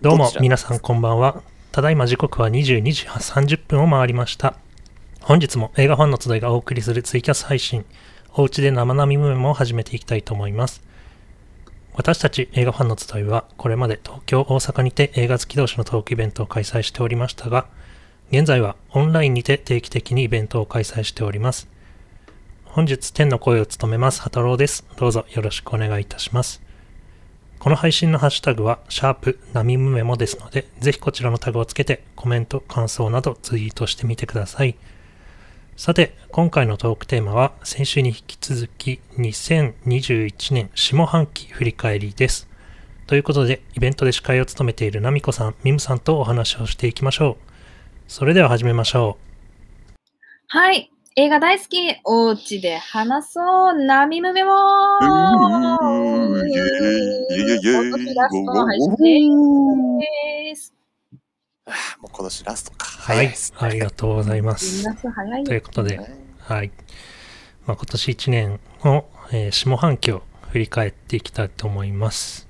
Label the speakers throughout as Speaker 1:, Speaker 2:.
Speaker 1: どう
Speaker 2: ど
Speaker 1: も
Speaker 2: っちだ
Speaker 1: 皆さんこんばんはただいま時刻は22時30分を回りました本日も映画ファンの集いがお送りするツイキャス配信おうちで生並みムームを始めていきたいと思います私たち映画ファンの集いはこれまで東京大阪にて映画好き同士のトークイベントを開催しておりましたが現在はオンラインにて定期的にイベントを開催しております本日天の声を務めます波ロ郎ですどうぞよろしくお願いいたしますこの配信のハッシュタグは、シャープナミムメモですので、ぜひこちらのタグをつけて、コメント、感想などツイートしてみてください。さて、今回のトークテーマは、先週に引き続き、2021年下半期振り返りです。ということで、イベントで司会を務めているナミコさん、ミムさんとお話をしていきましょう。それでは始めましょ
Speaker 3: はい。映画大好き、おうちで話そう、ナミムメモ
Speaker 2: うーんイェイイェイイェイイェイ
Speaker 3: 今年ラストの配信です。
Speaker 2: もう今年ラストか。
Speaker 1: う。
Speaker 2: 早いですね。
Speaker 1: ありがとうございます。
Speaker 3: 夏早い
Speaker 1: という
Speaker 3: よ。
Speaker 1: ことで、
Speaker 2: ね
Speaker 1: はい。まあ、今年1年の、えー下半期を振り返っていきたいと思います。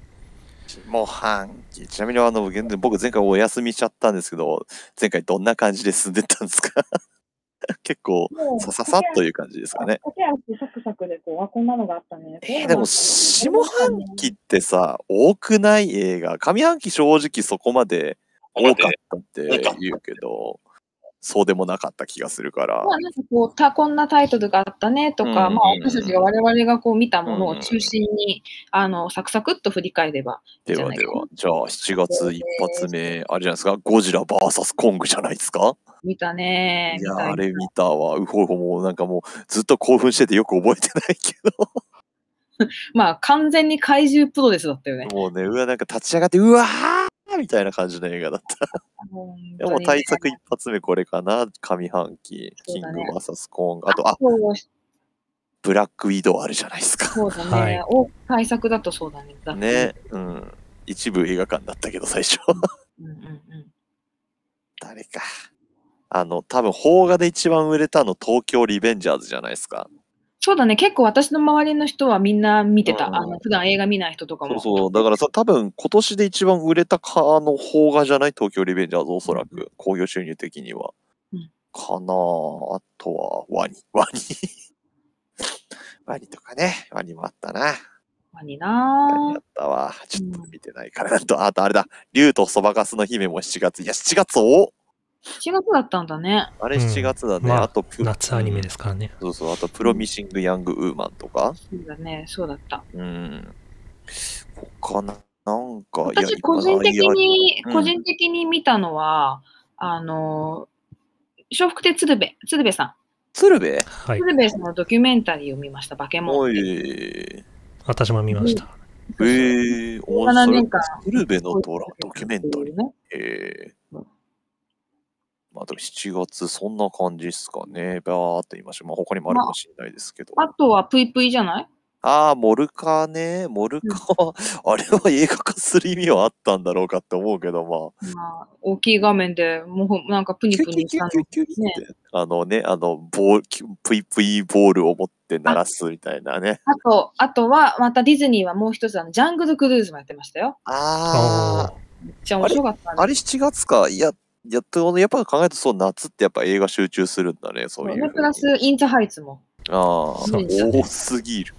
Speaker 2: もう半期。ちなみにあの、現在僕前回お休みしちゃったんですけど、前回どんな感じで進んでったんですか 結構、さささっという感じですかね。
Speaker 4: 駆け足サクサクでこう、あ、こんなのがあったね。
Speaker 2: えーでも、下半期ってさ、多くない映画。上半期正直そこまで多かったって言うけど、そうでもなかった気がするから。
Speaker 3: まあ、なんかこうた、こんなタイトルがあったねとか、
Speaker 2: うん
Speaker 3: まあ、私たちが我々がこう見たものを中心に、あの、サクサクっと振り返れば。
Speaker 2: ではでは、じゃあ7月一発目、あれじゃないですか、ゴジラ VS コングじゃないですか
Speaker 3: 見たね
Speaker 2: いや
Speaker 3: み
Speaker 2: ー、
Speaker 3: た
Speaker 2: あ
Speaker 3: い
Speaker 2: れ見たわ。うほうほもうなんかもうずっと興奮しててよく覚えてないけ
Speaker 3: まあ、完全に怪獣プロレスだったよね
Speaker 2: ど、。もうね、うわ、なんか立ち上がって、うわーみたいな感じの映画だった。
Speaker 3: 本当にね
Speaker 2: でも対策一発目これかな、上半期、
Speaker 3: そう
Speaker 2: キン
Speaker 3: だ
Speaker 2: グ
Speaker 3: ね
Speaker 2: VS コング、あと、あ、
Speaker 3: そう
Speaker 2: ブラックウィドウあるじゃないですか。
Speaker 3: そうだね。
Speaker 1: はい
Speaker 3: お対策だとそうだね。だって
Speaker 2: ね、うん。一部映画館だったけど、最初。
Speaker 3: うんうんうん。
Speaker 2: 誰か。あの、多分、邦画で一番売れたの、東京リベンジャーズじゃないですか。
Speaker 3: そうだね、結構私の周りの人はみんな見てた。
Speaker 2: うん
Speaker 3: あの普段映画見ない人とか
Speaker 2: そ
Speaker 3: も。
Speaker 2: うそう。だからさ、多分今年で一番売れたかあの邦画じゃない東京リベンジャーズ、おそらく。興行収入的には。
Speaker 3: うん
Speaker 2: かなああとは、ワニ。 ワニ。ワニとかね。ワニもあったな。
Speaker 3: まあに
Speaker 2: ワニ
Speaker 3: な
Speaker 2: あったわ。ちょっと見てないから。あと、あとあれだ。竜とそばかすの姫も7月。いや、7月お
Speaker 3: 4月だったんだね。
Speaker 2: あれ
Speaker 1: うん
Speaker 2: 7月だね。
Speaker 1: まあ
Speaker 2: あとプ、
Speaker 1: 夏アニメですからね。
Speaker 2: そうそう。あと、プロミシング・ヤング・ウーマンとか。
Speaker 3: そうだね、そうだった。
Speaker 2: うん。他な、なんか、いや
Speaker 3: 私個人的。
Speaker 2: いっぱいある
Speaker 3: に、
Speaker 2: うん
Speaker 3: 個人的に見たのは、あの、笑福亭鶴瓶、鶴瓶さ
Speaker 2: 鶴瓶
Speaker 1: は
Speaker 3: ん。
Speaker 1: い。
Speaker 3: 鶴瓶さんのドキュメンタリーを見ました、バケモ
Speaker 2: お
Speaker 3: ン。
Speaker 2: い。
Speaker 1: 私も見ました。
Speaker 2: えー、
Speaker 3: 17
Speaker 2: おそれ
Speaker 3: 年間
Speaker 2: 鶴瓶のドラドキュメンタリー。
Speaker 3: ね。
Speaker 2: えー。まあ、でも7月、そんな感じっすかね。ばーっと言いましょう。まあ、他にもあるかもしれないですけど。
Speaker 3: あとはプイプイじゃない
Speaker 2: ああ、モルカーね。モルカーは、あれは映画化する意味はあったんだろうかって思うけど、まあ。
Speaker 3: まあ、大きい画面でもうほんなんかプニ
Speaker 2: キュ
Speaker 3: プ
Speaker 2: キュ
Speaker 3: ニし
Speaker 2: キ
Speaker 3: た
Speaker 2: ュ
Speaker 3: の
Speaker 2: キュキュキュって。あのね、あの、ボーキュプイプイボールを持って鳴らすみたいなね。
Speaker 3: あと、あとは、またディズニーはもう一つ、あのジャングルクルーズもやってましたよ。
Speaker 2: あ
Speaker 1: お
Speaker 2: あ。
Speaker 1: ー
Speaker 3: めっちゃ面白かったね
Speaker 2: あれ7月か。いや、やっと、やっぱ考えるとそう、夏ってやっぱ映画集中するんだね、そういうふうに。
Speaker 3: プラス、イン・ザ・ハイツも、
Speaker 2: ああ、
Speaker 1: そうですね
Speaker 2: 多すぎる。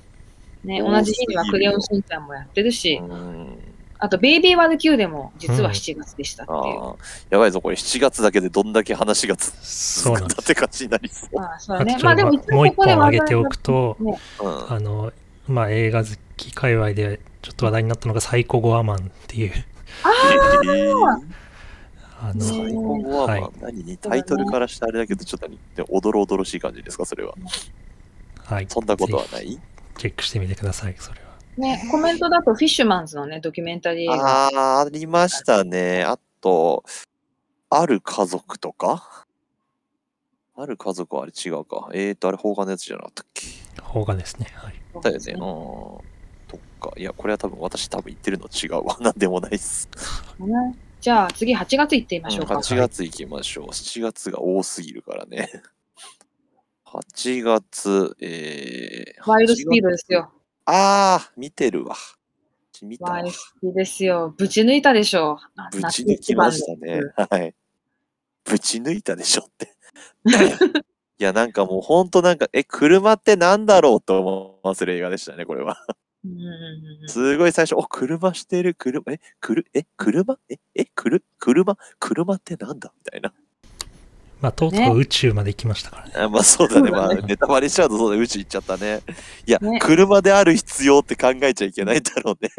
Speaker 3: ね、
Speaker 2: 多
Speaker 3: 同じ日には
Speaker 2: すぎ
Speaker 3: ク
Speaker 2: る
Speaker 3: レ
Speaker 2: よ
Speaker 3: ヨンしんちゃんもやってるし、
Speaker 2: うん。
Speaker 3: あと、ベイビー・ワル・キューでも、実
Speaker 1: う
Speaker 3: は
Speaker 1: ん
Speaker 3: 7月でしたって
Speaker 2: あ
Speaker 3: いう。
Speaker 2: あ、やばいぞ、これ7月だけでどんだけ話が続
Speaker 1: そう
Speaker 2: く
Speaker 1: なんん
Speaker 2: だ
Speaker 1: で
Speaker 2: って感じになりそ
Speaker 3: まあ、そう
Speaker 1: あ
Speaker 3: だ
Speaker 1: と
Speaker 3: ね。
Speaker 1: ちょ
Speaker 3: まあ、
Speaker 1: っ
Speaker 3: で
Speaker 1: とまあ
Speaker 3: も、一
Speaker 1: もう
Speaker 3: 応
Speaker 1: 一
Speaker 3: ここで
Speaker 1: 本上
Speaker 3: 話題
Speaker 1: げ
Speaker 3: の
Speaker 1: ておくと、
Speaker 2: う。うん。
Speaker 1: あの、まあ映画好き界隈でちょっと話題になったのがサイコゴアマンっていう、
Speaker 2: えー
Speaker 1: あの、
Speaker 2: 最後は、
Speaker 1: はい
Speaker 2: まあ、何にタイトルからしてあれだけど、ちょっと何って、おどろおどろしい感じですか、それは。
Speaker 1: はい。
Speaker 2: そんなことはない
Speaker 1: チェックしてみてください、それは。
Speaker 3: ね、コメントだと、フィッシュマンズのね、ドキュメンタリー映画。
Speaker 2: ああ、ありましたね。あと、ある家族とかある家族はあれ違うか。えーと、あれ、邦画のやつじゃなかったっけ
Speaker 1: 邦画ですね。はい。
Speaker 2: だよね。うん。とか。いや、これは多分、私多分言ってるの違うわ。 なんでもないっす。
Speaker 3: ねじゃあ、次、8月行ってみましょうか。
Speaker 2: 8月行きましょう。7月が多すぎるからね。8月、えー、
Speaker 3: ワイルド・スピードですよ。
Speaker 2: あー、見てるわ。き見た
Speaker 3: ワ。イスキですよ。ぶち抜いたでしょ。
Speaker 2: ぶち抜きましたね。はい。ぶち抜いたでしょって。 いや、なんかもうほんとなんか、え、車ってなんだろうと思わせる映画でしたね、これは。
Speaker 3: うんうんうんうん
Speaker 2: すごい最初、お、車してる、車、え、くる、え、車え、え、くる、車、車ってなんだみたいな。
Speaker 1: まあ、とうと
Speaker 3: ね
Speaker 1: う宇宙まで行きましたからね。
Speaker 2: あまあそうだ
Speaker 3: そ
Speaker 2: ね、
Speaker 3: う
Speaker 2: ま
Speaker 3: だ
Speaker 2: あ
Speaker 3: ね
Speaker 2: ネタバレしちゃうとそうだ、宇宙行っちゃったね。いや、
Speaker 3: ね
Speaker 2: 車である必要って考えちゃいけないだろうね。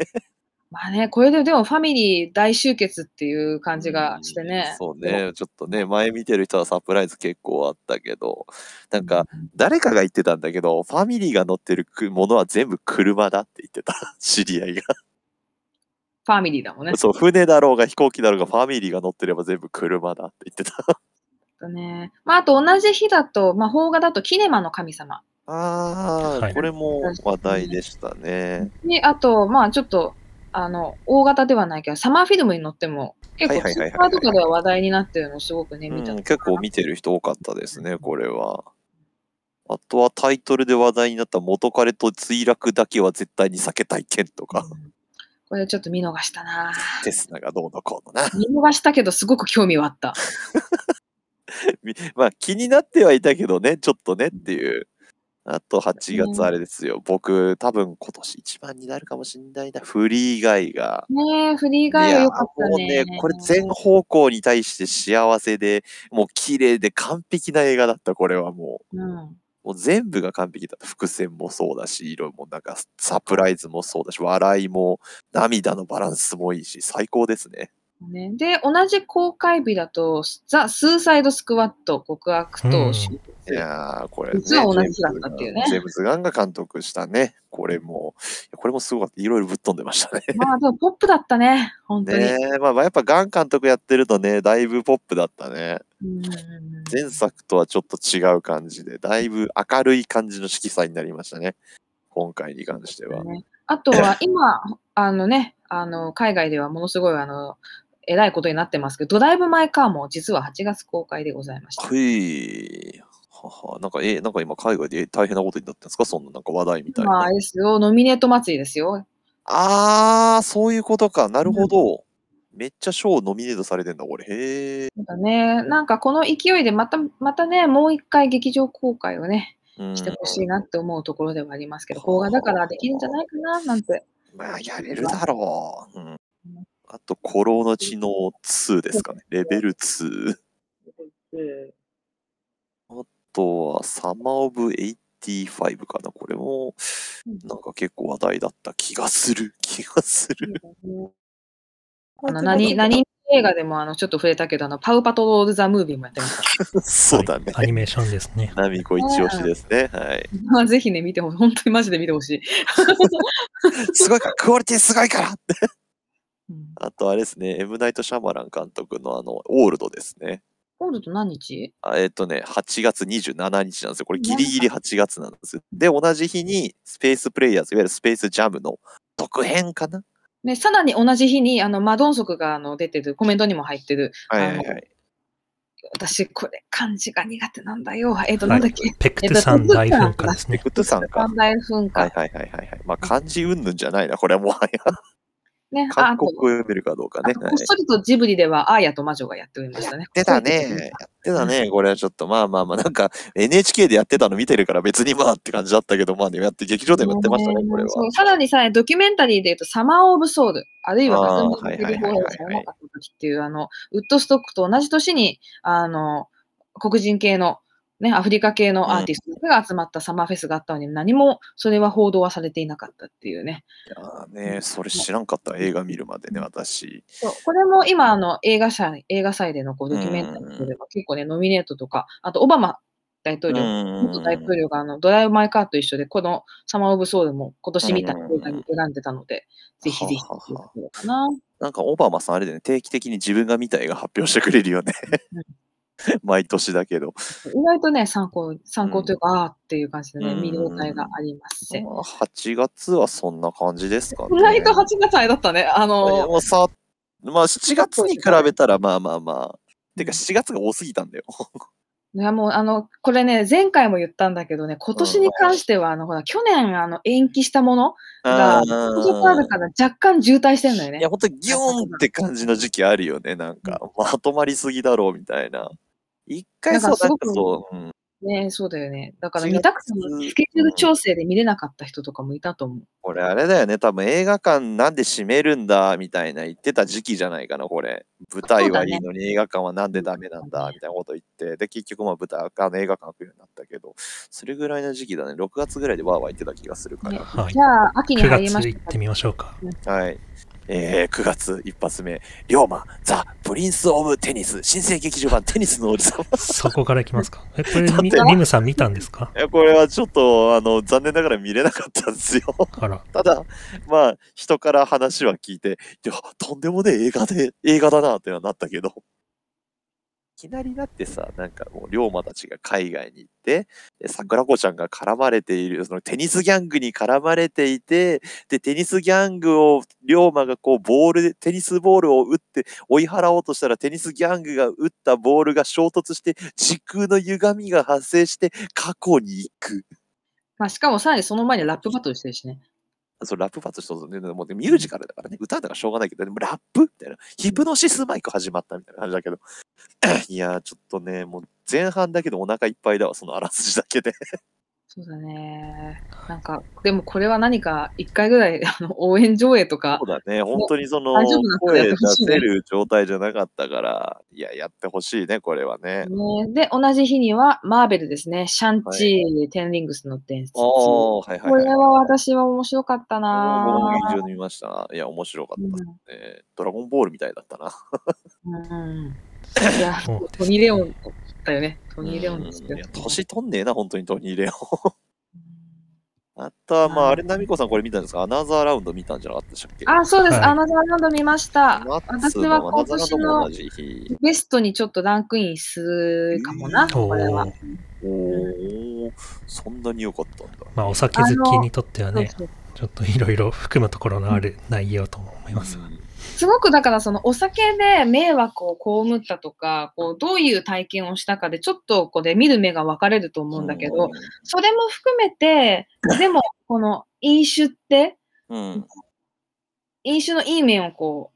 Speaker 3: まあね、これででもファミリー大集結っていう感じがしてね。
Speaker 2: そうね、ちょっとね、前見てる人はサプライズ結構あったけど、なんか、誰かが言ってたんだけど、ファミリーが乗ってるくものは全部車だって言ってた、 知り合いが。
Speaker 3: ファミリーだもんね。
Speaker 2: そう、船だろうが飛行機だろうがファミリーが乗ってれば全部車だって言ってた。
Speaker 3: だね。まああと同じ日だと、まあ邦画だとキネマの神様。
Speaker 2: ああ、
Speaker 1: はい
Speaker 2: これも話題でしたね。
Speaker 3: で、あと、まあちょっと、あの、大型ではないけど、サマーフィルムに乗っても、結構
Speaker 2: はいはい
Speaker 3: ツ
Speaker 2: はいは
Speaker 3: イ
Speaker 2: い
Speaker 3: ッターとかでは話題になってるのすごくね、
Speaker 2: う
Speaker 3: 見た。
Speaker 2: ん、結構見てる人多かったですね、これは。あとはタイトルで話題になった元彼と墜落だけは絶対に避けたい件と か、
Speaker 3: これちょっと見逃したな。
Speaker 2: テスナがどうのこうのな。
Speaker 3: 見逃したけど、すごく興味はあった。
Speaker 2: み まあ気になってはいたけどね、ちょっとねっていう。あと8月あれですよ、僕多分今年一番になるかもしんないな、フリーガイが。
Speaker 3: ねえ、フリー
Speaker 2: い
Speaker 3: ガイは
Speaker 2: や
Speaker 3: 良
Speaker 2: も
Speaker 3: かった
Speaker 2: う
Speaker 3: ね。
Speaker 2: ね、これ全方向に対して幸せで、もう綺麗で完璧な映画だった、これはもう。
Speaker 3: うん。
Speaker 2: もう全部が完璧だった。伏線もそうだし、色もなんかサプライズもそうだし、笑いも涙のバランスもいいし、最高ですね。
Speaker 3: ね、で、同じ公開日だと、ザ・スーサイド・スクワット、極悪
Speaker 1: うん
Speaker 3: と手術、
Speaker 2: いやー、これ、
Speaker 3: 実は同じ日だったっていうね
Speaker 2: ジェームズ・ガンが監督したね。これも、いやこれもすごかった。いろいろぶっ飛んでましたね。
Speaker 3: まあ、でもポップだったね、本当に。
Speaker 2: ねえ、まあまあやっぱガン監督やってるとね、だいぶポップだったね。
Speaker 3: うんうんうん
Speaker 2: 前作とはちょっと違う感じで、だいぶ明るい感じの色彩になりましたね。今回に関しては。
Speaker 3: ねあと は今、あのね、あの海外ではものすごいあのえらいことになってますけど、ドライブ・マイ・カーも実は8月公開でございました。
Speaker 2: くい。はは。なんか、え、なんか今海外で大変なことになってんですかそんななんか話題みたい
Speaker 3: まあ、あ
Speaker 2: な
Speaker 3: れ。ですよ、ノミネート祭りですよ。
Speaker 2: あー、そういうことか。なるほど。めっちゃ賞ノミネートされてんだ、これ。へえ。
Speaker 3: なんかね、なんかこの勢いでまた、またね、もう一回劇場公開をね、
Speaker 2: うん
Speaker 3: してほしいなって思うところではありますけど、
Speaker 2: うん
Speaker 3: 邦画だからできるんじゃないかな、なんて。
Speaker 2: まあ、やれるだろう。うん。あと、古老の知能2ですかね。レベル2。
Speaker 4: うん
Speaker 2: あとは、サマーオブ85かな。これも、なんか結構話題だった気がする。 気がする。
Speaker 3: あの何何映画でもあのちょっと触れたけど、あのパウパトロール・ザ・ムービーもやってまし
Speaker 2: そうだね
Speaker 1: はい。アニメーションです ね。
Speaker 2: ナミコ一押しですね。はい。
Speaker 3: た。 ぜひね、見てほしい。本当にマジで見てほしい。
Speaker 2: すごいから、クオリティすごいから
Speaker 3: うん
Speaker 2: あとあれですね、エム・ナイト・シャマラン監督のあの、オールドですね。
Speaker 3: 今度と何日
Speaker 2: あえっ、とね、8月27日なんですよ。これギリギリ8月なんですよ。で、同じ日にスペースプレイヤーズ、いわゆるスペースジャムの続編かな
Speaker 3: ね、さらに同じ日にあのマドンソクがあの出てる、コメントにも入ってる、
Speaker 2: はいはいはい。
Speaker 3: 私、これ、漢字が苦手なんだよ。えっ、と、
Speaker 1: は
Speaker 3: ないんだっけ、
Speaker 1: ペクトゥさん大噴火です
Speaker 2: ネ
Speaker 1: ね。
Speaker 2: クトゥさんか。は
Speaker 3: 三大噴火、
Speaker 2: いはいはいはいはい。まあ漢字云々じゃないな、これはもはや。
Speaker 3: ね、あ
Speaker 2: 韓
Speaker 3: あと
Speaker 2: 国語読めるかどうか
Speaker 3: あ
Speaker 2: ね。
Speaker 3: と
Speaker 2: は
Speaker 3: こ
Speaker 2: い
Speaker 3: っそりとジブリでは、アーヤと魔女がやっておりましたね。
Speaker 2: やってたね。やってたね。これはちょっとまあまあまあ、なんか NHK でやってたの見てるから別にまあって感じだったけど、まあでもやって、劇場でもやってましたね、これは
Speaker 3: そ。うさらにさ、ドキュメンタリーで言うと、サマー・オブ・ソウル、あるいは、
Speaker 2: あー
Speaker 3: 風間君が
Speaker 2: はいはいはいはい
Speaker 3: されなかった時っていう、あの、ウッドストックと同じ年に、あの、黒人系の、ね、アフリカ系のアーティストが集まったサマーフェスがあったのに、何もそれは報道はされていなかったっていうね。
Speaker 2: いやーね、それ知らんかった、映画見るまでね、私。
Speaker 3: そうこれも今、あの、映画祭、映画祭でのこうドキュメンタリーでは結構ね、ノミネートとか、あと、オバマ大統領、元大統領があのドライブ・マイ・カーと一緒で、このサマー・オブ・ソウルも今年見た映画に選んでたので、
Speaker 2: う
Speaker 3: ぜ
Speaker 2: ん
Speaker 3: ひぜひ
Speaker 2: は
Speaker 3: って
Speaker 2: あ
Speaker 3: いう
Speaker 2: はあ
Speaker 3: ところかな。
Speaker 2: なんかオバマさんあれでね、定期的に自分が見た映画発表してくれるよね。 毎年だけど。
Speaker 3: 意外とね、参考、参考というか、ああっていう感じでね、
Speaker 2: うん
Speaker 3: 見応えがありますし。
Speaker 2: まあ8月はそんな感じですかね。
Speaker 3: 意外と8月あれだったね。あ
Speaker 2: いや
Speaker 3: の、
Speaker 2: もうさ、まあ7月に比べたらまあまあまあ。てか7月が多すぎたんだよ。
Speaker 3: いやもうあのこれね前回も言ったんだけどね今年に関してはあのほら去年あの延期したものが
Speaker 2: うん
Speaker 3: ちょっとあるから若干渋滞してんだよね
Speaker 2: いや、。ほんとギューンって感じの時期あるよね。なんか、まとまりすぎだろうみたいな。一回そう、
Speaker 3: な
Speaker 2: なんん
Speaker 3: か
Speaker 2: か
Speaker 3: すご
Speaker 2: そう、うん、
Speaker 3: ねそうだよね。だから
Speaker 2: 4
Speaker 3: 見たくても
Speaker 2: 月
Speaker 3: スケジュール調整で見れなかった人とかもいたと思う。
Speaker 2: これあれだよね。多分映画館なんで閉めるんだみたいな言ってた時期じゃないかな、これ。舞台はいいのに映画館はなんでダメなんだみたいなこと言って。で、結局まあ舞台、あの映画館開くようになったけど、それぐらいの時期だね。6月ぐらいでわーわー言ってた気がするか
Speaker 3: ね
Speaker 2: ら。
Speaker 1: はい
Speaker 3: じゃあ秋に
Speaker 1: 9
Speaker 3: 入りま
Speaker 1: 月
Speaker 3: し
Speaker 1: 行ったてみましょうか。
Speaker 2: はい。えー、9月一発目、龍馬、ザ・プリンス・オブ・テニス、新生劇場版テニスの王子様。
Speaker 1: そこから行きます か。え、これ
Speaker 2: だって
Speaker 1: み、リムさん見たんですか
Speaker 2: いや、これはちょっと、あの、残念ながら見れなかったんですよ。
Speaker 1: あら、
Speaker 2: ただ、まあ、人から話は聞いて、いや、とんでもねえ映画で、映画だなってのはなったけど、いきなりだってさ、なんかもう、龍馬たちが海外に行って、で桜子ちゃんが絡まれている、そのテニスギャングに絡まれていて、で、テニスギャングを、龍馬がこう、ボールで、テニスボールを打って追い払おうとしたら、テニスギャングが打ったボールが衝突して、時空の歪みが発生して、過去に行く。
Speaker 3: まあ、しかもさらにその前にラップバトルしてるしね。
Speaker 2: そうラップパート一つね、もうねミュージカルだからね、歌だからしょうがないけど、でもラップみたいな、ヒプノシスマイク始まったみたいな感じだけど、 いやー、ちょっとね、もう前半だけでお腹いっぱいだわ、そのあらすじだけで。
Speaker 3: そうだね。なんか、でもこれは何か一回ぐらいあ の応援上映とか
Speaker 2: そうだね、 本当にその
Speaker 3: 大丈夫だったらやって
Speaker 2: 声出
Speaker 3: ほしいね
Speaker 2: せる状態じゃなかったから、いや、やってほしいね、これはね。
Speaker 3: ね、で、同じ日にはマーベルですね。シャンチー、テンリングスの伝説。こ
Speaker 2: おー、はいはいはい。
Speaker 3: れは私は面白かった
Speaker 2: 僕も
Speaker 3: な
Speaker 2: 劇場で見ました。いや、面白か
Speaker 3: ぁ。
Speaker 2: ったですね。ドラゴンボールみたいだったな。
Speaker 3: うんいや
Speaker 1: そうですね
Speaker 3: トニー・レオンだよね。トニー・レオンです
Speaker 2: うん
Speaker 3: よ
Speaker 2: いや、。年取んねえな、本当にトニーレオン。あとは、まあ、あれ、ナミコさんこれ見たんですかアナザーラウンド見たんじゃなかったでしたっけ
Speaker 3: あ、そうです。
Speaker 1: はい
Speaker 3: アナザーラウンド見ました。私は今年の
Speaker 2: 同じ日。
Speaker 3: ベストにちょっとランクインするかもな、
Speaker 1: お
Speaker 3: これは。
Speaker 1: ー
Speaker 2: おお、そんなに良かったんだ。
Speaker 1: まあ、お酒好きにとっては
Speaker 3: そう
Speaker 1: ね、
Speaker 3: そう
Speaker 1: ちょっといろいろ含むところのある内容と思います。
Speaker 3: すごくだからそのお酒で迷惑を被ったとか、こうどういう体験をしたかでちょっとこうで見る目が分かれると思うんだけど、それも含めて、でもこの飲酒って、
Speaker 2: うん、うん。
Speaker 3: 飲酒のいい面をこ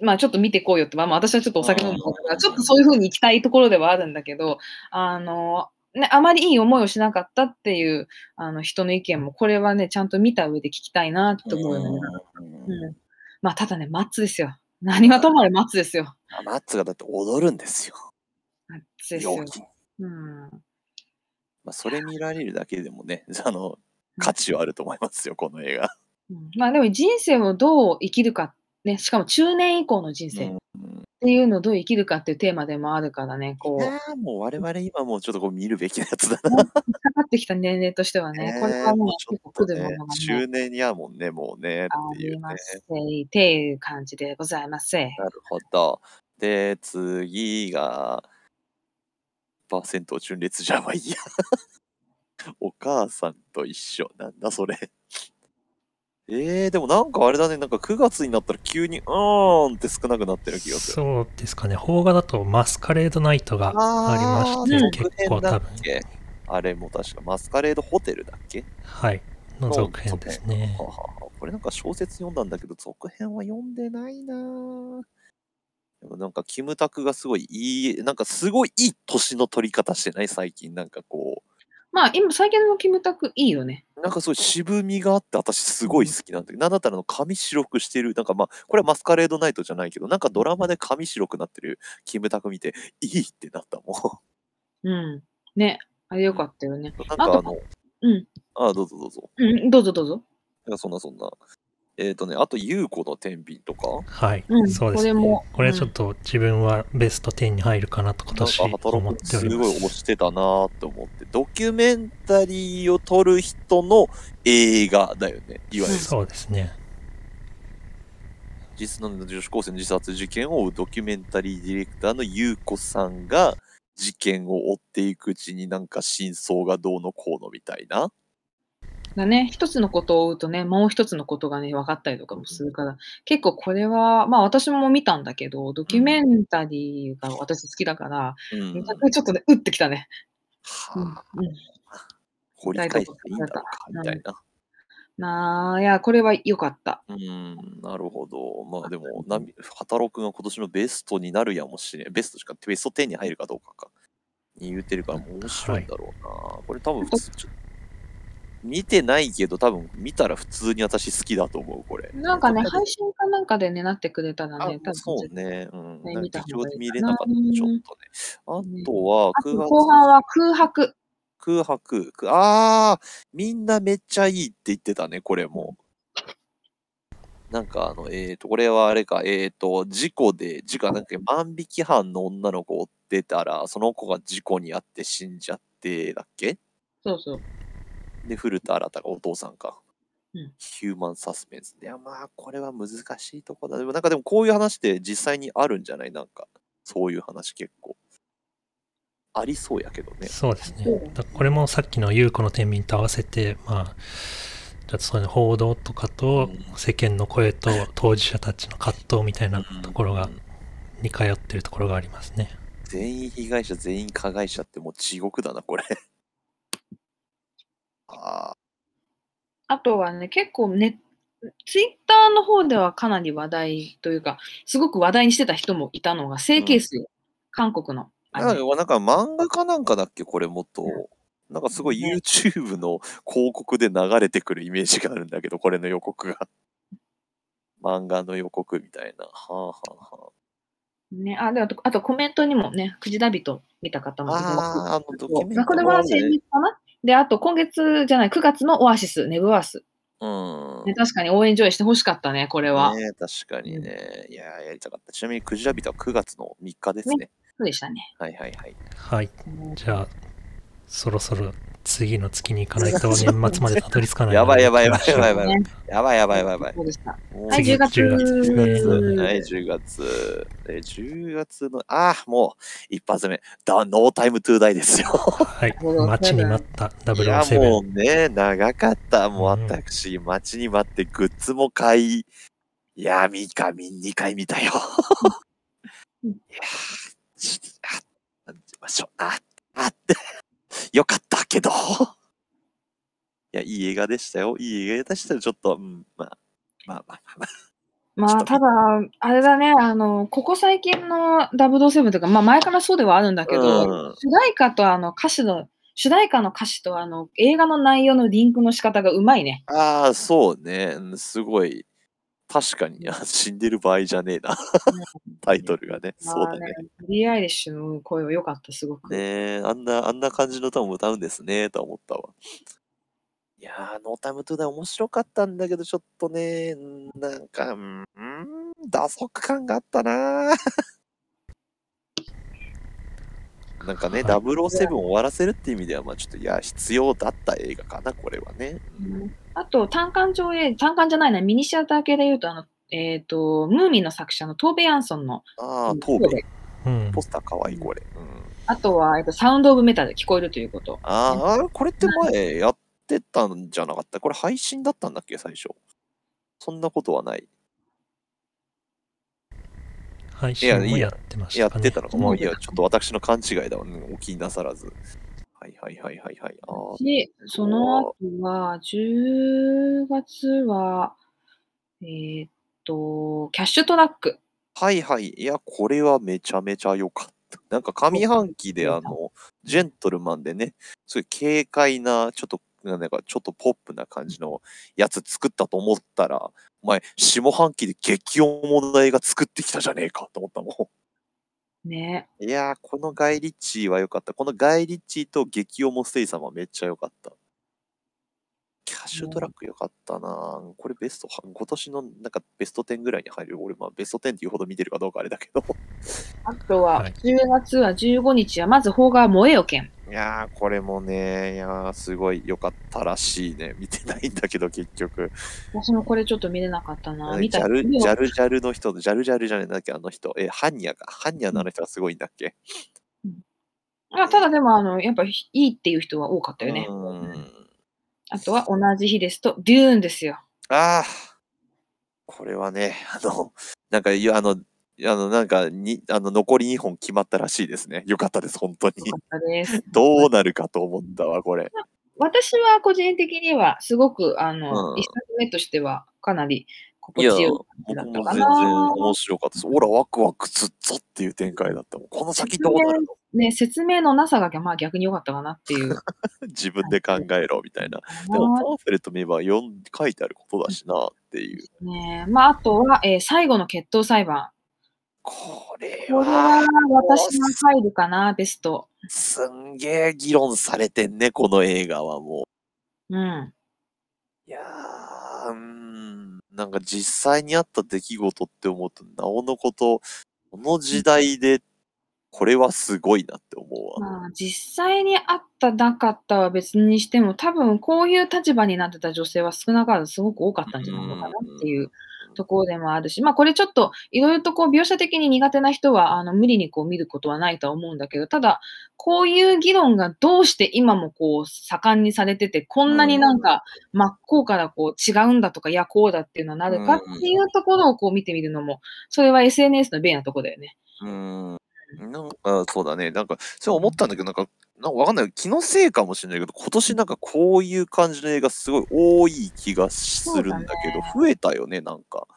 Speaker 3: う、まあちょっと見ていこうよって、まあまあ私はちょっとお酒飲む方だか
Speaker 2: う
Speaker 3: ら、
Speaker 2: ん
Speaker 3: ちょっとそういう風に行きたいところではあるんだけど、あの、ね、あまりいい思いをしなかったっていうあの人の意見も、これはね、ちゃんと見た上で聞きたいなって思うよね。
Speaker 2: うん
Speaker 3: うん。まあただね、マッツですよ。何はともあれマッツですよ。
Speaker 2: あマッツがだって踊るんですよ。
Speaker 3: マッツですよ
Speaker 2: 陽。気。
Speaker 3: うん。
Speaker 2: まあ、それ見られるだけでもね、あの、価値はあると思いますよ、この映画。
Speaker 3: うんまあでも人生をどう生きるか、ね、しかも中年以降の人生っていうのをどう生きるかっていうテーマでもあるからね、こ、
Speaker 2: いうや
Speaker 3: か
Speaker 2: ーもう我々今もうちょっとこう見るべきなやつだな。
Speaker 3: かってきた年齢としてはね、これ
Speaker 2: ね
Speaker 3: はもう
Speaker 2: ちょ
Speaker 3: 結
Speaker 2: っ
Speaker 3: 構
Speaker 2: と
Speaker 3: 来る
Speaker 2: ね
Speaker 3: ものが、ね
Speaker 2: 中年やもんね、もうね、
Speaker 3: あ
Speaker 2: っていう
Speaker 3: り
Speaker 2: ね
Speaker 3: ま。すっていう感じでございます。
Speaker 2: なるほど。で、次が、パーセント純烈じゃまあいいや。 お母さんと一緒。なんだそれ。えー、でもなんかあれだね、なんか9月になったら急に、うーんって少なくなってる気がする。
Speaker 1: そうですかね、邦画だとマスカレードナイトがありまし
Speaker 2: ー
Speaker 1: て、
Speaker 2: 続
Speaker 1: 結
Speaker 2: 編
Speaker 1: 構
Speaker 2: だ
Speaker 1: 多
Speaker 2: っ
Speaker 1: 分、
Speaker 2: けあれも確かマスカレードホテルだっけ
Speaker 1: はい、の続編ですね
Speaker 2: は。ははこれなんか小説読んだんだけど、続編は読んでないなぁでもなんか、キムタクがすごいいい、なんかすごいいい年の取り方してない最近。なんかこ
Speaker 3: まあ今、最近のキムタクいいよね。
Speaker 2: う、なんかすごい渋みがあって、私すごい好きなんだけど、なんだったらあの髪白くしてる、なんかまあ、これはマスカレードナイトじゃないけど、なんかドラマで髪白くなってるキムタク見て、いいってなったも
Speaker 3: うん。ね、あれよかったよね。
Speaker 2: ん。なん かあ
Speaker 3: あ
Speaker 2: の、
Speaker 3: うん。
Speaker 2: ああ、どうぞどうぞ。
Speaker 3: うん、どうぞどうぞ。
Speaker 2: なんかそんなそんな。えっ、ー、とね、あと、優子の天秤とか。
Speaker 1: はい、
Speaker 3: うん
Speaker 1: そうです
Speaker 3: これ
Speaker 1: ね
Speaker 3: も。
Speaker 1: これはちょっと自分はベスト10に入るかなと今年
Speaker 2: なんか働
Speaker 1: 思っ
Speaker 2: く
Speaker 1: てお
Speaker 2: す
Speaker 1: り
Speaker 2: ご
Speaker 1: ま
Speaker 2: い推
Speaker 1: す。
Speaker 2: してたなーって思って、ドキュメンタリーを撮る人の映画だよね。いわゆる、
Speaker 1: そうですね。
Speaker 2: 実の女子高生の自殺事件を追うドキュメンタリーディレクターの優子さんが、事件を追っていくうちになんか真相がどうのこうのみたいな。
Speaker 3: がね、一つのことを追うとね、もう一つのことがね、分かったりとかもするから、結構これは、まあ私も見たんだけど、ドキュメンタリーが私好きだから、
Speaker 2: うん
Speaker 3: ちょっとね、打ってきたね。
Speaker 2: はあ、掘り返していいんだろうか、みたいな。
Speaker 3: なあ、いや、これは良かった。
Speaker 2: うん、なるほど。まあでも、なみ働くが今年のベストになるやもしれん。ベストしか、ベスト10に入るかどうかか。に言ってるから、もう面白いんだろうな。これ多分普通、ちょ見てないけど、多分見たら普通に私好きだと思う、これ。
Speaker 3: なんかね、
Speaker 2: 多分
Speaker 3: 配信かなんかでね、なってくれたら
Speaker 2: あ
Speaker 3: ね、多分
Speaker 2: そうね。うん。
Speaker 3: ね
Speaker 2: なん
Speaker 3: 見
Speaker 2: か
Speaker 3: た
Speaker 2: 劇
Speaker 3: 方
Speaker 2: 場
Speaker 3: がい
Speaker 2: で
Speaker 3: い
Speaker 2: 見
Speaker 3: か
Speaker 2: れ
Speaker 3: な
Speaker 2: なかった、ちょっとね。あとは、
Speaker 3: あと
Speaker 2: 9月
Speaker 3: 後半は空白。
Speaker 2: 空白。くああ、みんなめっちゃいいって言ってたね、これも。なんかあの、えっ、ー、と、これはあれか、えっ、ー、と、事故で、事故はなんか万引き犯の女の子を追ってたら、その子が事故にあって死んじゃって、だっけ
Speaker 3: そうそう。
Speaker 2: で、古田新太がお父さんか。
Speaker 3: うん
Speaker 2: ヒューマンサスペンス。いや、まあ、これは難しいとこだ。でも、なんかでも、こういう話って実際にあるんじゃないなんか、そういう話結構。ありそうやけどね。
Speaker 1: そうですね
Speaker 4: そうだね。
Speaker 1: だこれもさっきの優子の天秤と合わせて、まあ、ちょっとそういう報道とかと
Speaker 2: うん
Speaker 1: 世間の声と当事者たちの葛藤みたいなところが、似通ってるところがありますね。
Speaker 2: 全員被害者、全員加害者ってもう地獄だな、これ。ああ、
Speaker 3: あとはね、結構ね、ツイッターの方ではかなり話題というか、すごく話題にしてた人もいたのが、整形水、韓国の。あ
Speaker 2: なん
Speaker 3: の
Speaker 2: かなんか漫画かなんかだっけ、これもっと。なんかすごい
Speaker 3: ね
Speaker 2: YouTube の広告で流れてくるイメージがあるんだけど、これの予告が。漫画の予告みたいな。はあはあは
Speaker 3: ね、あであとあとコメントにもね、くじだびと見た方もいます
Speaker 2: あーあのドキュメント
Speaker 3: まあこれは先日かなで、あと今月じゃない、9月のオアシス、ネブワース。
Speaker 2: あ。うん
Speaker 3: ね、。確かに応援上映してほしかったね、これは。
Speaker 2: ねえ確かにね。いやー、やりたかった。ちなみに、クジラビトは9月の3日ですね。
Speaker 3: そうでしたね。
Speaker 2: はいはいはい。
Speaker 1: はい。
Speaker 3: うん
Speaker 1: じゃあ、そろそろ次の月に行かない と年末までたどり着かない。
Speaker 2: やばいやばいやばいやばいやばい。
Speaker 3: ね
Speaker 2: やばいやばいやばいやばい
Speaker 3: そうでした。
Speaker 2: もう
Speaker 3: はい、10月。
Speaker 1: 10月ですね
Speaker 2: はい、10月。えー10月の、ああ、もう、一発目。だ、ノータイムトゥーダイですよ。
Speaker 1: はい。待ちに待った
Speaker 2: いや、
Speaker 1: 007。
Speaker 2: もうね、長かった。もう
Speaker 1: うん
Speaker 2: 私、待ちに待って、グッズも買い、いや、三上2回見たよ。い
Speaker 3: うん
Speaker 2: やちあ、ましょう、あ、あって、よかったけど。いや、いい映画でしたよ。いい映画でしたよ。ちょっと、うん、まあ、まあまあまあまあ。
Speaker 3: まあ、ただ、あれだね、あの、ここ最近の007というか、まあ前からそうではあるんだけど、
Speaker 2: うん
Speaker 3: 主題歌とあの歌詞の、主題歌の歌詞とあの映画の内容のリンクの仕方がうまいね。
Speaker 2: ああ、そうね。うんすごい。確かに、あ死んでる場合じゃねえな。タイトルがね。そうだ
Speaker 3: まあ
Speaker 2: ね。。
Speaker 3: ビリー・アイリッシュの声は良かった、すごく。
Speaker 2: ねえ、あんな、あんな感じの歌も歌うんですね、とは思ったわ。いやー、ノータイムトゥダイ面白かったんだけど、ちょっとね、うんなんか、うん、うん打足感があったなー なんかね、
Speaker 1: はい
Speaker 2: 007終わらせるって意味では、まあちょっと、いや、必要だった映画かな、これはね。
Speaker 3: あと、単館上映、単館じゃないな、ミニシアター系で言うと、あの、えっ、と、ムーミンの作者のトーベ・ヤンソンの、
Speaker 2: ああ、
Speaker 3: うん
Speaker 2: 東部。
Speaker 1: うん
Speaker 2: ポ。スターかわいい、これ。うん
Speaker 3: あとは、えっと、サウンド・オブ・メタル、聞こえるということ。
Speaker 2: ああ、これって前やってたんじゃなかったこれ配信だったんだっけ最初。そんなことはない。
Speaker 1: 配信もやってまし
Speaker 2: や
Speaker 1: たか
Speaker 2: って
Speaker 1: ね
Speaker 2: た。のか。まあいや、ちょっと私の勘違いだわ、ね。お気になさらず。はいはいはいはいはい。あー
Speaker 3: し、その後は、10月は、えーっと、キャッシュトラック。
Speaker 2: はいはい。いや、これはめちゃめちゃ良かった。なんか上半期であの、ジェントルマンでね、すごい軽快な、ちょっと、なんかちょっとポップな感じのやつ作ったと思ったら、お前、下半期で激重な映画作ってきたじゃねえかと思ったもん。
Speaker 3: ね。
Speaker 2: いやー、このガイリッチーは良かった。このガイリッチーと激おもステイ様はめっちゃ良かった。キャッシュトラック良かったなぁこれベストは、今年のなんかベスト10ぐらいに入る。俺、まあベスト10っていうほど見てるかどうかあれだけど。
Speaker 3: あとは、
Speaker 1: はい
Speaker 3: 10月は15日は、まず、邦画は燃えよ剣。
Speaker 2: いやー、これもね、いやー、すごい良かったらしいね。見てないんだけど、結局。
Speaker 3: 私もこれちょっと見れなかったな。見
Speaker 2: ジ
Speaker 3: た
Speaker 2: ャル、
Speaker 3: 見
Speaker 2: ジ
Speaker 3: よう
Speaker 2: ャルジャルの人、ジャルジャルじゃねえんだっけ、あの人。え、ハンニャか。ハンニャのあの人がすごいんだっけ。
Speaker 3: あただでも、あの、やっぱ、いいっていう人は多かったよね。
Speaker 2: うーん
Speaker 3: あとは同じ日ですと、デューンですよ。
Speaker 2: ああ、これはね、あの、なんか、いやあの、あの、なんか、に、あの、残り2本決まったらしいですね。よかったです、本当 に。
Speaker 3: あれです
Speaker 2: どうなるかと思ったわ、これ。
Speaker 3: 私は個人的には、すごく、あの、
Speaker 2: うん
Speaker 3: 一、作目としては、かなり
Speaker 2: い
Speaker 3: 心
Speaker 2: や、
Speaker 3: 地よ
Speaker 2: 僕
Speaker 3: い感じだった
Speaker 2: も
Speaker 3: か
Speaker 2: 全然
Speaker 3: な。
Speaker 2: 面白かったです。オラ、ワクワクすっぞっていう展開だったもん。この先どうなるの
Speaker 3: ね、説明のなさが、まあ逆に良かったかなっていう。
Speaker 2: 自分で考えろ、みたいな。 でも、パンフレット見れば読ん書いてあることだしな、っていう。
Speaker 3: ねまあ、あとは、えー最後の決闘裁判。
Speaker 2: これ
Speaker 3: これは
Speaker 2: は、
Speaker 3: 私の入るかな、ベスト。
Speaker 2: すんげえ議論されてんね、この映画はも
Speaker 3: う
Speaker 2: う。
Speaker 3: ん。
Speaker 2: いやー、うーん、なんか実際にあった出来事って思うと、なおのこと、この時代で、これはすごいなって思うわ。
Speaker 3: まあ、実際にあった、なかったは別にしても、多分こういう立場になってた女性は少なからずすごく多かったんじゃないのかなっていうところでもあるし、まあこれちょっといろいろとこう描写的に苦手な人はあの無理にこう見ることはないとは思うんだけど、ただこういう議論がどうして今もこう盛んにされてて、こんなになんか真っ向からこう違うんだとか、いやこうだっていうのはなるかっていうところをこう見てみるのも、それは SNS の便利なところだよね。
Speaker 2: うーん。なんか、そうだね。なんか、そう思ったんだけど、なんか、なんかわかんない。気のせいかもしれないけど、今年なんかこういう感じの映画すごい多い気がするんだけど、増えたよね、なんか。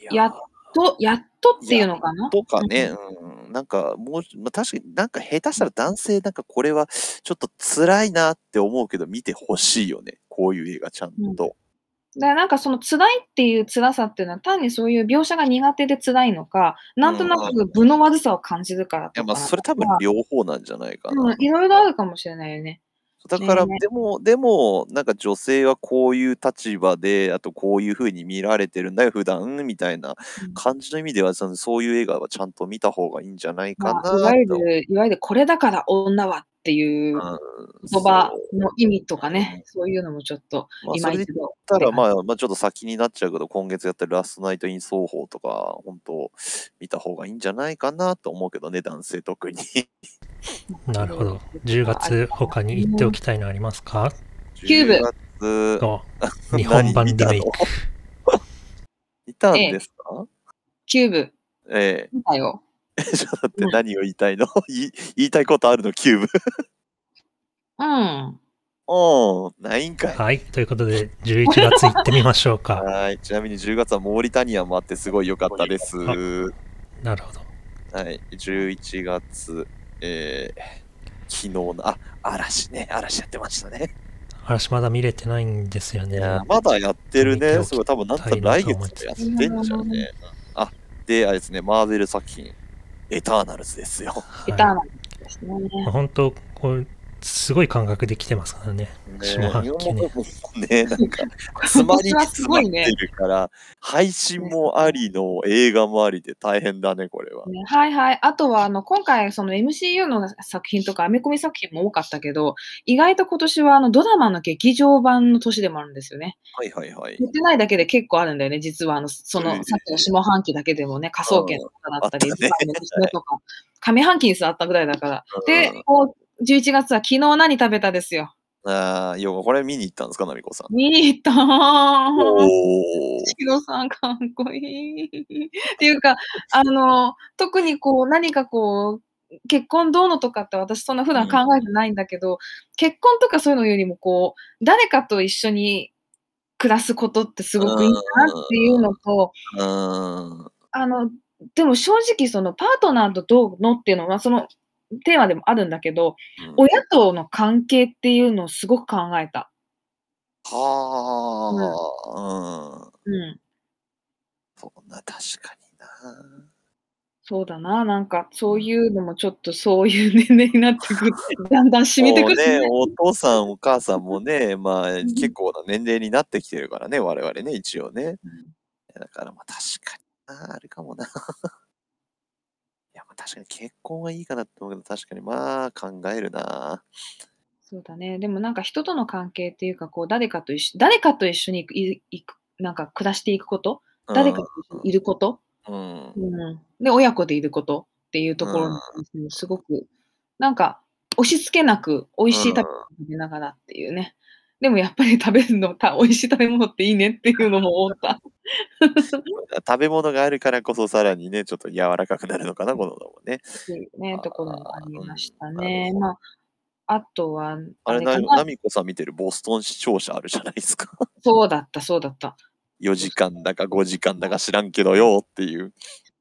Speaker 2: い
Speaker 3: やっと、やっとっていうのかな
Speaker 2: とかね、うん、なんかもう、まあ、確かになんか下手したら男性なんかこれはちょっと辛いなって思うけど見てほしいよね。こういう映画ちゃんと。
Speaker 3: だからなんかその辛いっていう辛さっていうのは単にそういう描写が苦手で辛いのか、なんとなく部の悪さを感じるから
Speaker 2: いや
Speaker 3: とか。
Speaker 2: まあそれ多分両方なんじゃないか
Speaker 3: うん
Speaker 2: な。
Speaker 3: いろいろあるかもしれないよね。
Speaker 2: だから、
Speaker 3: ね
Speaker 2: でも、でも、なんか女性はこういう立場で、あとこういう風に見られてるんだよ、普段、みたいな
Speaker 3: うん
Speaker 2: 感じの意味では、そのそういう映画はちゃんと見た方がいいんじゃないか
Speaker 3: ま
Speaker 2: な
Speaker 3: あ、いわゆる、いわゆるこれだから女はっていう言
Speaker 2: 言
Speaker 3: 葉の意味とかね、そういうのもちょっと
Speaker 2: まあ
Speaker 3: 今
Speaker 2: それで
Speaker 3: 一度。
Speaker 2: たら、まあ、まあ、ちょっと先になっちゃうけど、今月やってるラストナイトイン奏法とか、本当見た方がいいんじゃないかなと思うけどね、男性特に。
Speaker 1: なるほど。10月、他に行っておきたいのありますか
Speaker 3: キューブ
Speaker 2: ブ
Speaker 1: と、日本版リメイク。
Speaker 2: いたんですか
Speaker 3: キューブ、
Speaker 2: え
Speaker 3: 見たよ。
Speaker 2: え。 ちょっと待って、何を言いたいの 言い言いたいことあるの、キューブ。
Speaker 3: うん。
Speaker 2: うん、ないんかい。
Speaker 1: はい。ということで、11月行ってみましょうか。
Speaker 2: はい。ちなみに10月はモーリタニアもあって、すごい良かったです。
Speaker 1: あ
Speaker 2: は
Speaker 1: なるほど。
Speaker 2: い。11月、えー、昨日の、あ、嵐ね。嵐やってましたね。
Speaker 1: 嵐まだ見れてないんですよ
Speaker 2: い
Speaker 1: ね。
Speaker 2: やーまだやってる
Speaker 1: 見て
Speaker 2: ね。
Speaker 1: おき
Speaker 2: すごい、多分なん
Speaker 1: た
Speaker 2: か
Speaker 1: いな
Speaker 2: 来
Speaker 1: と思い
Speaker 2: 月
Speaker 1: つつ
Speaker 2: やってんじゃんね。あ、で、あれですね、マーベル作品、エターナルズです よ。
Speaker 1: はい
Speaker 3: ベターなですね。
Speaker 1: まあ本当こう、すごい感覚で来てますからね。
Speaker 2: ね
Speaker 1: 下半期ね
Speaker 2: 日本もね、なんか、詰まりに
Speaker 3: 今年はす
Speaker 2: 詰ま
Speaker 3: ご
Speaker 2: っ
Speaker 3: いね
Speaker 2: てるから、配信もありの映画もありで大変だね、これは。
Speaker 3: ねはいはい。あとは、あの、今回、その MCU の作品とか、アメコミ作品も多かったけど、意外と今年は、あの、ドラマの劇場版の年でもあるんですよね。
Speaker 2: はいはいはい。
Speaker 3: 言ってないだけで結構あるんだよね、実は、あの、そ
Speaker 2: うん
Speaker 3: の、さっきの下半期だけでもね、仮想研とかだったり、
Speaker 2: あったね
Speaker 3: まあねとか、上半期に座ったぐらいだから。で
Speaker 2: うん、
Speaker 3: こう、11月は昨日何食べたですよ。
Speaker 2: あー、よこれ見に行ったんですか、ナミコさん。
Speaker 3: 見に行ったー
Speaker 2: おー。
Speaker 3: シロさんかっこいい。っていうか、あの、特にこう、何かこう、結婚どうのとかって私そんな普段考えてないんだけど、結婚とかそういうのよりもこう、誰かと一緒に暮らすことってすごくいいなっていうのと、
Speaker 2: うーん。
Speaker 3: あの、でも正直そのパートナーとどうのっていうのは、そのテーマでもあるんだけど、親との関係っていうのをすごく考えた。
Speaker 2: はあ、うん。
Speaker 3: うん。
Speaker 2: そんな、確かにな。
Speaker 3: そうだな、なんかそういうのもちょっとそういう年齢になって くる、だんだん染みてくる
Speaker 2: もうね
Speaker 3: ね。
Speaker 2: お父さん、お母さんもね、まあ、
Speaker 3: ん
Speaker 2: 結構な年齢になってきてるからね、我々ね、一応ね。だから、まあ、確かにな、あるかもな。い や、まあ、確かに結婚はいいかなって思うけど、確かに、まあ、考えるな。
Speaker 3: そうだね、でもなんか人との関係っていうか、こう誰かと一緒、誰かと一緒に行くいいく、なんか暮らしていくこと、
Speaker 2: うん
Speaker 3: 誰かと一緒にいること、
Speaker 2: うん。
Speaker 3: うん、で、親子でいることっていうところに、すごく、なんか押し付けなく美味しい食べ物を食べながらっていうね、でもやっぱり食べるの、た美味しい食べ物っていいねっていうのも思った。
Speaker 2: 食べ物があるからこそさらにね、ちょっと柔らかくなるのかな、こののもね。
Speaker 3: っていうね
Speaker 2: あ、ー
Speaker 3: ところもありました
Speaker 2: なる
Speaker 3: ね。
Speaker 2: ほど
Speaker 3: まあ、あとは、
Speaker 2: あれ、
Speaker 3: か
Speaker 2: な
Speaker 3: な
Speaker 2: ナミコさん見てるボストン視聴者あるじゃないです か。
Speaker 3: そうだった、そうだった。
Speaker 2: 4時間だか5時間だか知らんけどよっていう。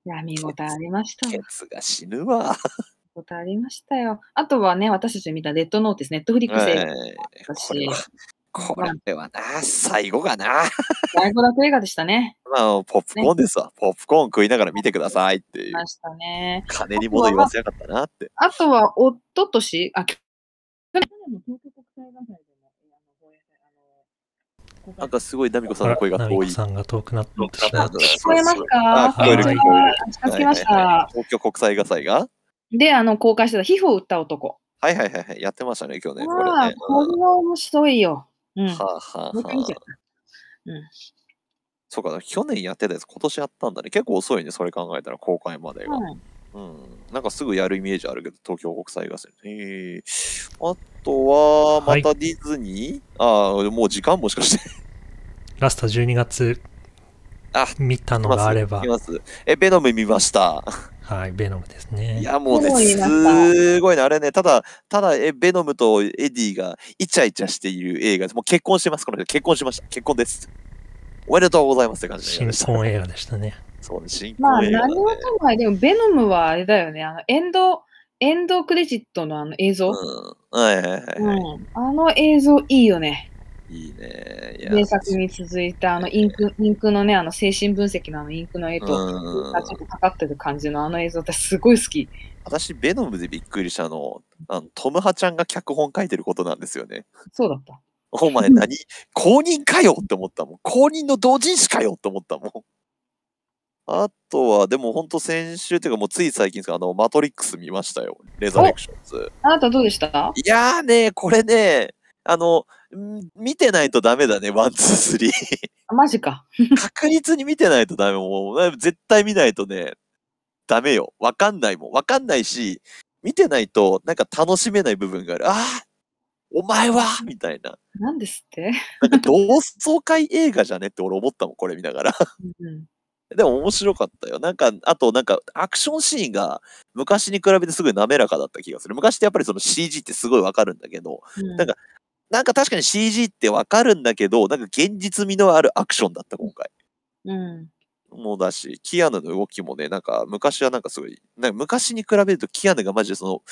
Speaker 3: いや、見応えありました。
Speaker 2: ケ
Speaker 3: 見
Speaker 2: ツが死ぬわ。
Speaker 3: 応えありましたよ。あとはね、私たち見たレッドノーティス、ネットフリックス映画だっ
Speaker 2: ええ
Speaker 3: た
Speaker 2: これ
Speaker 3: し
Speaker 2: は、、これはな、最後かな。
Speaker 3: 外国楽映画でしたね。
Speaker 2: まあ、ポップコーンですわ。ポップコーン食いながら見てくださいっていう
Speaker 3: ま。したね。
Speaker 2: 金に物言わせやがったなって。
Speaker 3: あとは、おととし、あ、き
Speaker 4: 去年の東京国際映画祭でも、あの、ごめんなさいあの、
Speaker 2: なんかすごいナミコさ
Speaker 1: あ
Speaker 2: んの
Speaker 1: ら
Speaker 2: 声が
Speaker 1: ナミ
Speaker 2: 遠
Speaker 1: コ
Speaker 2: い。
Speaker 1: さんが遠くなってしま
Speaker 2: あ
Speaker 1: いまし
Speaker 3: 聞こえますか
Speaker 2: あ聞こえる
Speaker 1: はい
Speaker 2: 聞こえる。
Speaker 3: あ近づきまし
Speaker 2: はいはいはい
Speaker 3: た。
Speaker 2: 東京国際映画祭が
Speaker 3: で、あの、公開してた、皮膚を売った男。
Speaker 2: はいはいはいはい。やってましたね、去年。これ
Speaker 3: ああ
Speaker 2: ね、。
Speaker 3: こ
Speaker 2: うん
Speaker 3: れは面白いよ。うん。
Speaker 2: はあはあ
Speaker 3: もう一回見
Speaker 2: は
Speaker 3: ちゃ
Speaker 2: あ
Speaker 3: っ。
Speaker 2: そうか、去年やってたやつ、今年やったんだね。結構遅いね、それ考えたら公開まで
Speaker 3: た
Speaker 2: が。
Speaker 3: はい
Speaker 2: うん。なんかすぐやるイメージあるけど、東京国際映画祭。へえ。あとは、
Speaker 1: は
Speaker 2: ま
Speaker 1: い
Speaker 2: たディズニー、ああ、もう時間もしかして。
Speaker 1: ラスト12月
Speaker 2: あ
Speaker 1: 見たのがあれば
Speaker 2: い、ます。え、ベノム見ました。
Speaker 1: はい、ベノムです
Speaker 2: い
Speaker 1: ね。
Speaker 2: や、もうね、
Speaker 3: ベノム見ました
Speaker 2: すごいね。あれね、ただ、ただ、え、ベノムとエディがイチャイチャしている映画です。もう結婚してます、この人。結婚しました。結婚です。おめでとうございますって感じの映画
Speaker 1: 新
Speaker 2: でした。
Speaker 1: 婚映画でしたね。
Speaker 2: そうね、新
Speaker 3: まあ、
Speaker 2: 婚映画だ
Speaker 3: 何
Speaker 2: ね。
Speaker 3: はともあれ、でも、ベノムはあれだよね。あの、エンド、エンドクレジットのあの映像。
Speaker 2: うん。はいはいはいはい。
Speaker 3: うん。あの映像いいよね。
Speaker 2: いいね。いや
Speaker 3: 名作に続いた、あの、インク、インクのね、あの、精神分析のあの、インクの絵と、
Speaker 2: うん
Speaker 3: がちょっとかかってる感じのあの映像、私すごい好き。
Speaker 2: 私、ベノムでびっくりしたの、あのトムハちゃんが脚本書いてることなんですよね。
Speaker 3: そうだった。
Speaker 2: お前何公認かよって思ったもん。公認の同人誌かよって思ったもん。あとは、でも本当先週というかもうつい最近ですか、あの、マトリックス見ましたよ。レザレクションズ。
Speaker 3: あなたどうでした
Speaker 2: いやーね、これね、あの、ん見てないとダメだね、ワン、ツー、スリー。
Speaker 3: あマジか。
Speaker 2: 確実に見てないとダメ。もう、絶対見ないとね、ダメよ。わかんないもん。わかんないし、見てないと、なんか楽しめない部分がある。ああお前はみたいな。
Speaker 3: なんですって、
Speaker 2: なんか同窓会映画じゃねって俺思ったもん、これ見ながら。
Speaker 3: うん、
Speaker 2: でも面白かったよ。なんか、あとなんか、アクションシーンが昔に比べてすごい滑らかだった気がする。昔ってやっぱりその CG ってすごいわかるんだけど、
Speaker 3: うん
Speaker 2: なんかなんか確かに CG ってわかるんだけど、なんか現実味のあるアクションだった、今回。
Speaker 3: うん。
Speaker 2: もうだし、キアヌの動きもね、なんか昔はなんかすごい、なんか昔に比べるとキアヌがマジでその、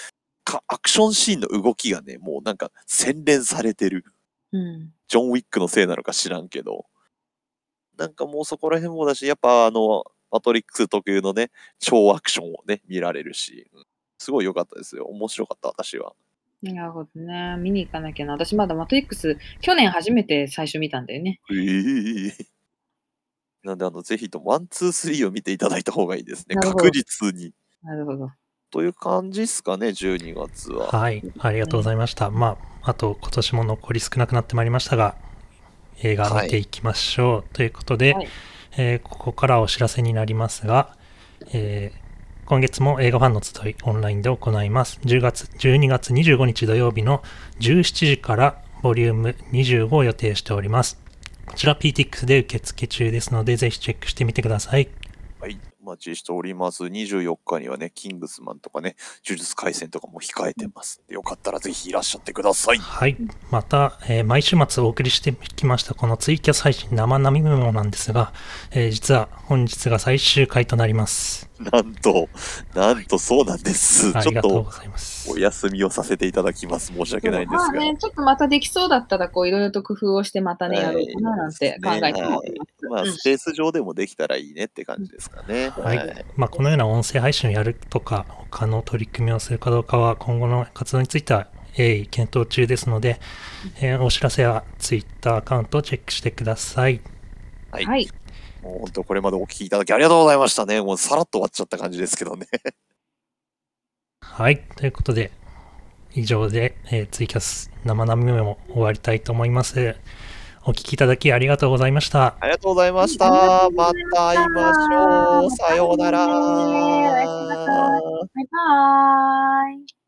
Speaker 2: かアクションシーンの動きがね、もうなんか洗練されてる。
Speaker 3: うん。
Speaker 2: ジョン・ウィックのせいなのか知らんけど。なんかもうそこら辺もだし、やっぱあの、マトリックス特有のね、超アクションをね、見られるし、うんすごい良かったですよ。面白かった、私は。
Speaker 3: なるほどね。見に行かなきゃな。私まだマトリックス、去年初めて最初見たんだよね。
Speaker 2: ええ なんで、あの、ぜひとも、ワン、ツー、スリーを見ていただいた方がいいですね。
Speaker 3: なるほど
Speaker 2: 確実に。
Speaker 3: なるほど。
Speaker 2: という感じですかね、12月は。
Speaker 1: はい、ありがとうございました。まあ、あと今年も残り少なくなってまいりましたが、映画見ていきましょう。ということで、
Speaker 3: はい
Speaker 1: えーここからはお知らせになりますが、えー今月も映画ファンの集いオンラインで行います。10月、12月25日土曜日の17時からボリューム25を予定しております。こちら PTX で受付中ですので、ぜひチェックしてみてください。
Speaker 2: はい、お待ちしております。24日にはね、キングスマンとかね、呪術廻戦とかも控えてますんで。よかったらぜひいらっしゃってください。
Speaker 1: はい。また、えー毎週末お送りしてきました、このツイキャス配信生並みメモなんですが、えー実は本日が最終回となります。
Speaker 2: なんと、なんとそうなんです。
Speaker 1: あ
Speaker 2: ち
Speaker 1: り
Speaker 2: ょ
Speaker 1: が
Speaker 2: っ
Speaker 1: とう
Speaker 2: と
Speaker 1: ございます
Speaker 2: お。休みをさせていただきます。申し訳ないんです
Speaker 3: まあ
Speaker 2: が。
Speaker 3: ね、ちょっとまたできそうだったら、こう、いろいろと工夫をして、またね、やろうかななんて考えてもいます。
Speaker 2: まあ、
Speaker 3: うん
Speaker 2: スペース上でもできたらいいねって感じですかね。
Speaker 1: はいまあ、このような音声配信をやるとか、他の取り組みをするかどうかは、今後の活動については鋭意検討中ですので、えーお知らせはツイッターアカウントをチェックしてください。
Speaker 2: はい
Speaker 3: はい。
Speaker 2: もう本当これまでお聞きいただきありがとうございましたね。もうさらっと終わっちゃった感じですけどね。
Speaker 1: はい。ということで、以上で、えーツイキャス生並みメモ終わりたいと思います。お聞きいただきありがとうございました。
Speaker 2: ありがとうございまし
Speaker 3: あ
Speaker 2: た。
Speaker 3: り
Speaker 2: ま
Speaker 3: がとうご
Speaker 2: た
Speaker 3: ざい
Speaker 2: 会い
Speaker 3: まし
Speaker 2: ま
Speaker 3: た
Speaker 2: しょう。さようなら。
Speaker 3: またねおやすみなさいバイバーイ。